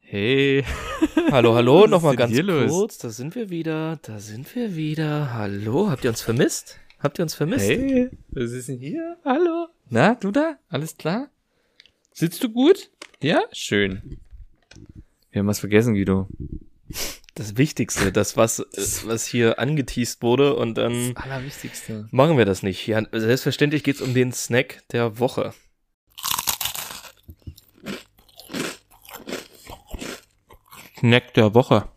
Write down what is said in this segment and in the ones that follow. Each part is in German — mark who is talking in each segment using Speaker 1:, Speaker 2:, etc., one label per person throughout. Speaker 1: Hey.
Speaker 2: Hallo, hallo, nochmal
Speaker 1: denn
Speaker 2: ganz
Speaker 1: hier los?
Speaker 2: kurz. Da sind wir wieder, da sind wir wieder. Hallo, habt ihr uns vermisst? Habt ihr uns vermisst?
Speaker 1: Hey, was ist denn hier? Hallo.
Speaker 2: Na, du da? Alles klar?
Speaker 1: Sitzt du gut? Ja, schön. Wir haben was vergessen, Guido.
Speaker 2: Das Wichtigste, das, was, äh, was hier angeteased wurde und dann
Speaker 1: Allerwichtigste.
Speaker 2: machen wir das nicht. Ja, selbstverständlich geht's um den Snack der Woche.
Speaker 1: Snack der Woche.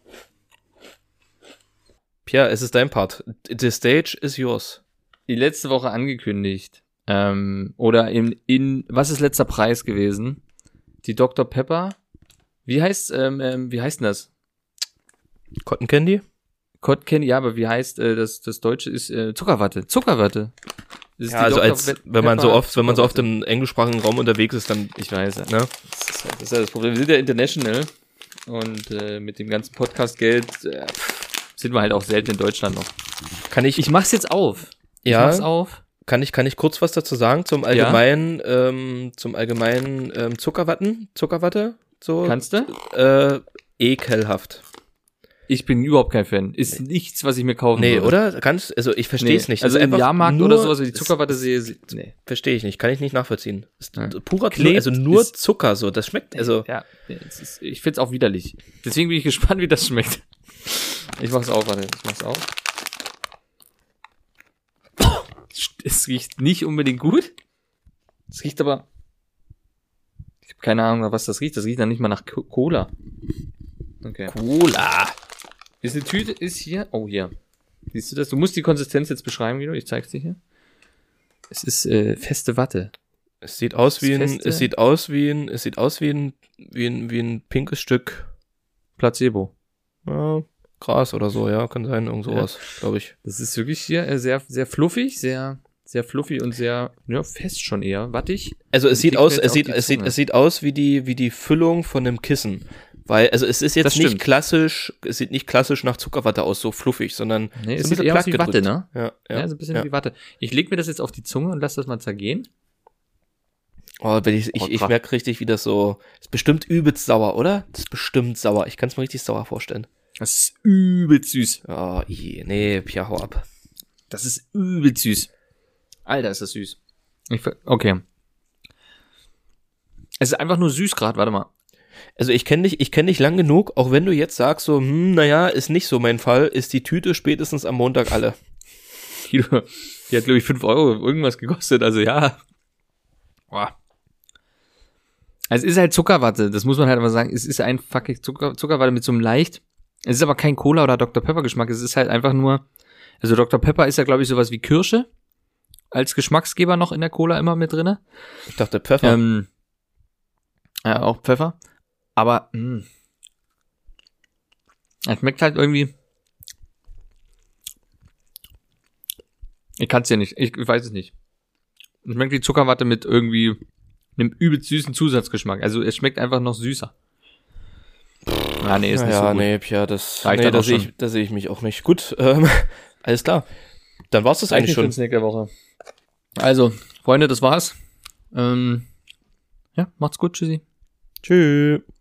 Speaker 2: Pierre, es ist dein Part. The stage is yours.
Speaker 1: Die letzte Woche angekündigt. Ähm, oder in, in, was ist letzter Preis gewesen? Die Dr. Pepper. Wie heißt, ähm, ähm, wie heißt denn das?
Speaker 2: Cotton Candy?
Speaker 1: Cod Candy, ja, aber wie heißt äh, das, das Deutsche ist äh, Zuckerwatte. Zuckerwatte. Das ist
Speaker 2: Ja,
Speaker 1: die
Speaker 2: also
Speaker 1: Dr.
Speaker 2: als,
Speaker 1: Pe-
Speaker 2: wenn man so
Speaker 1: Pepper
Speaker 2: oft, wenn man so oft
Speaker 1: Zuckerwatte.
Speaker 2: im englischsprachigen Raum unterwegs ist, dann,
Speaker 1: Ich weiß, ja.
Speaker 2: ne?
Speaker 1: Das ist, halt, das ist ja das Problem. Wir sind ja international und äh, mit dem ganzen Podcast-Geld äh, pff, sind wir halt auch selten in Deutschland noch.
Speaker 2: Kann ich,
Speaker 1: Ich mach's jetzt auf. Ich mach's
Speaker 2: ja,
Speaker 1: auf.
Speaker 2: kann ich, kann ich kurz was dazu sagen zum allgemeinen, ähm, zum allgemeinen, ähm, Zuckerwatten, Zuckerwatte, so,
Speaker 1: Kannst du?
Speaker 2: äh, ekelhaft.
Speaker 1: Ich bin überhaupt kein Fan. Ist nichts, was ich mir kaufen
Speaker 2: Nee,
Speaker 1: würde.
Speaker 2: oder? Ganz, also ich verstehe es
Speaker 1: Nee.
Speaker 2: nicht.
Speaker 1: Also
Speaker 2: Es ist
Speaker 1: im
Speaker 2: einfach
Speaker 1: Jahrmarkt
Speaker 2: nur-
Speaker 1: oder sowas, wenn ich die
Speaker 2: es-
Speaker 1: Zuckerwatte sehe, sie- nee.
Speaker 2: Verstehe ich nicht, kann ich nicht nachvollziehen. Ist
Speaker 1: Ja.
Speaker 2: purer
Speaker 1: Klebt,
Speaker 2: Klebt, also nur
Speaker 1: ist-
Speaker 2: Zucker so, das schmeckt also
Speaker 1: ja, nee, es ist, ich find's auch widerlich. Deswegen bin ich gespannt, wie das schmeckt. Ich mach's auf, warte, ich mach's auf. Es riecht nicht unbedingt gut. Es riecht aber. Ich habe keine Ahnung, nach was das riecht. Das riecht dann nicht mal nach Co- Cola. Okay.
Speaker 2: Cola.
Speaker 1: Ist eine Tüte, ist hier. Oh, hier. Siehst du das? Du musst die Konsistenz jetzt beschreiben, Guido. Ich zeig's dir hier. Es ist äh, feste Watte.
Speaker 2: Es sieht aus wie
Speaker 1: Das
Speaker 2: ein
Speaker 1: Feste.
Speaker 2: es sieht aus wie ein es sieht aus wie ein wie ein, wie ein pinkes Stück
Speaker 1: Placebo.
Speaker 2: ja, Gras oder so, ja, kann sein irgend sowas, glaube ich.
Speaker 1: Das ist wirklich hier äh, sehr, sehr fluffig, sehr, sehr fluffig und sehr ja, fest schon eher, wattig.
Speaker 2: Also es
Speaker 1: Die
Speaker 2: sieht
Speaker 1: liegt mir
Speaker 2: aus,
Speaker 1: jetzt
Speaker 2: es
Speaker 1: auf
Speaker 2: sieht,
Speaker 1: die
Speaker 2: es sieht,
Speaker 1: Zunge.
Speaker 2: es sieht aus wie die, wie die Füllung von einem Kissen. Weil, also es ist
Speaker 1: Das
Speaker 2: jetzt nicht
Speaker 1: stimmt.
Speaker 2: klassisch, es sieht nicht klassisch nach Zuckerwatte aus, so fluffig, sondern
Speaker 1: Nee,
Speaker 2: so
Speaker 1: es
Speaker 2: ein
Speaker 1: sieht
Speaker 2: bisschen
Speaker 1: eher aus
Speaker 2: platt
Speaker 1: wie Watte,
Speaker 2: gedrückt.
Speaker 1: ne?
Speaker 2: ja,
Speaker 1: Ja,
Speaker 2: ja.
Speaker 1: so ein bisschen
Speaker 2: ja.
Speaker 1: wie Watte. Ich lege mir das jetzt auf die Zunge und lass das mal zergehen.
Speaker 2: Oh, bin ich,
Speaker 1: Oh,
Speaker 2: ich, ich
Speaker 1: krass.
Speaker 2: merke richtig, wie das so. Ist bestimmt übelst sauer, oder? Das ist bestimmt sauer. Ich kann es mir richtig sauer vorstellen.
Speaker 1: Das ist übel süß.
Speaker 2: Oh, i, nee, Pia, hau ab.
Speaker 1: Das ist übel süß. Alter, ist das süß. Ich, ver- okay. Es ist einfach nur süß gerade, warte mal.
Speaker 2: Also ich kenne dich, ich kenne dich lang genug, auch wenn du jetzt sagst so, hm, naja, ist nicht so mein Fall, ist die Tüte spätestens am Montag alle.
Speaker 1: Kilo, die hat, glaube ich, 5 Euro irgendwas gekostet, also ja. Boah. Also es ist halt Zuckerwatte, das muss man halt mal sagen. Es ist ein fucking Zucker, Zuckerwatte mit so einem leicht. Es ist aber kein Cola oder Dr. Pepper Geschmack, es ist halt einfach nur. Also Dr. Pepper ist ja, glaube ich, sowas wie Kirsche. Als Geschmacksgeber noch in der Cola immer mit drinne.
Speaker 2: Ich dachte, Pfeffer.
Speaker 1: Ähm, ja, auch Pfeffer. Aber mh. es schmeckt halt irgendwie. Ich kann es ja nicht. Ich, ich weiß es nicht. Es schmeckt wie Zuckerwatte mit irgendwie einem übelst süßen Zusatzgeschmack. Also es schmeckt einfach noch süßer. Ah, nee, ist nicht
Speaker 2: ja,
Speaker 1: so gut.
Speaker 2: nee, Pia, das,
Speaker 1: Reicht
Speaker 2: nee,
Speaker 1: dann
Speaker 2: da
Speaker 1: auch
Speaker 2: sehe
Speaker 1: schon.
Speaker 2: ich, da sehe ich mich auch nicht. Gut, ähm, alles klar. Dann war's das eigentlich schon.
Speaker 1: Snack der Woche. Also, Freunde, das war's. Ähm, ja, macht's gut. Tschüssi.
Speaker 2: Tschüss.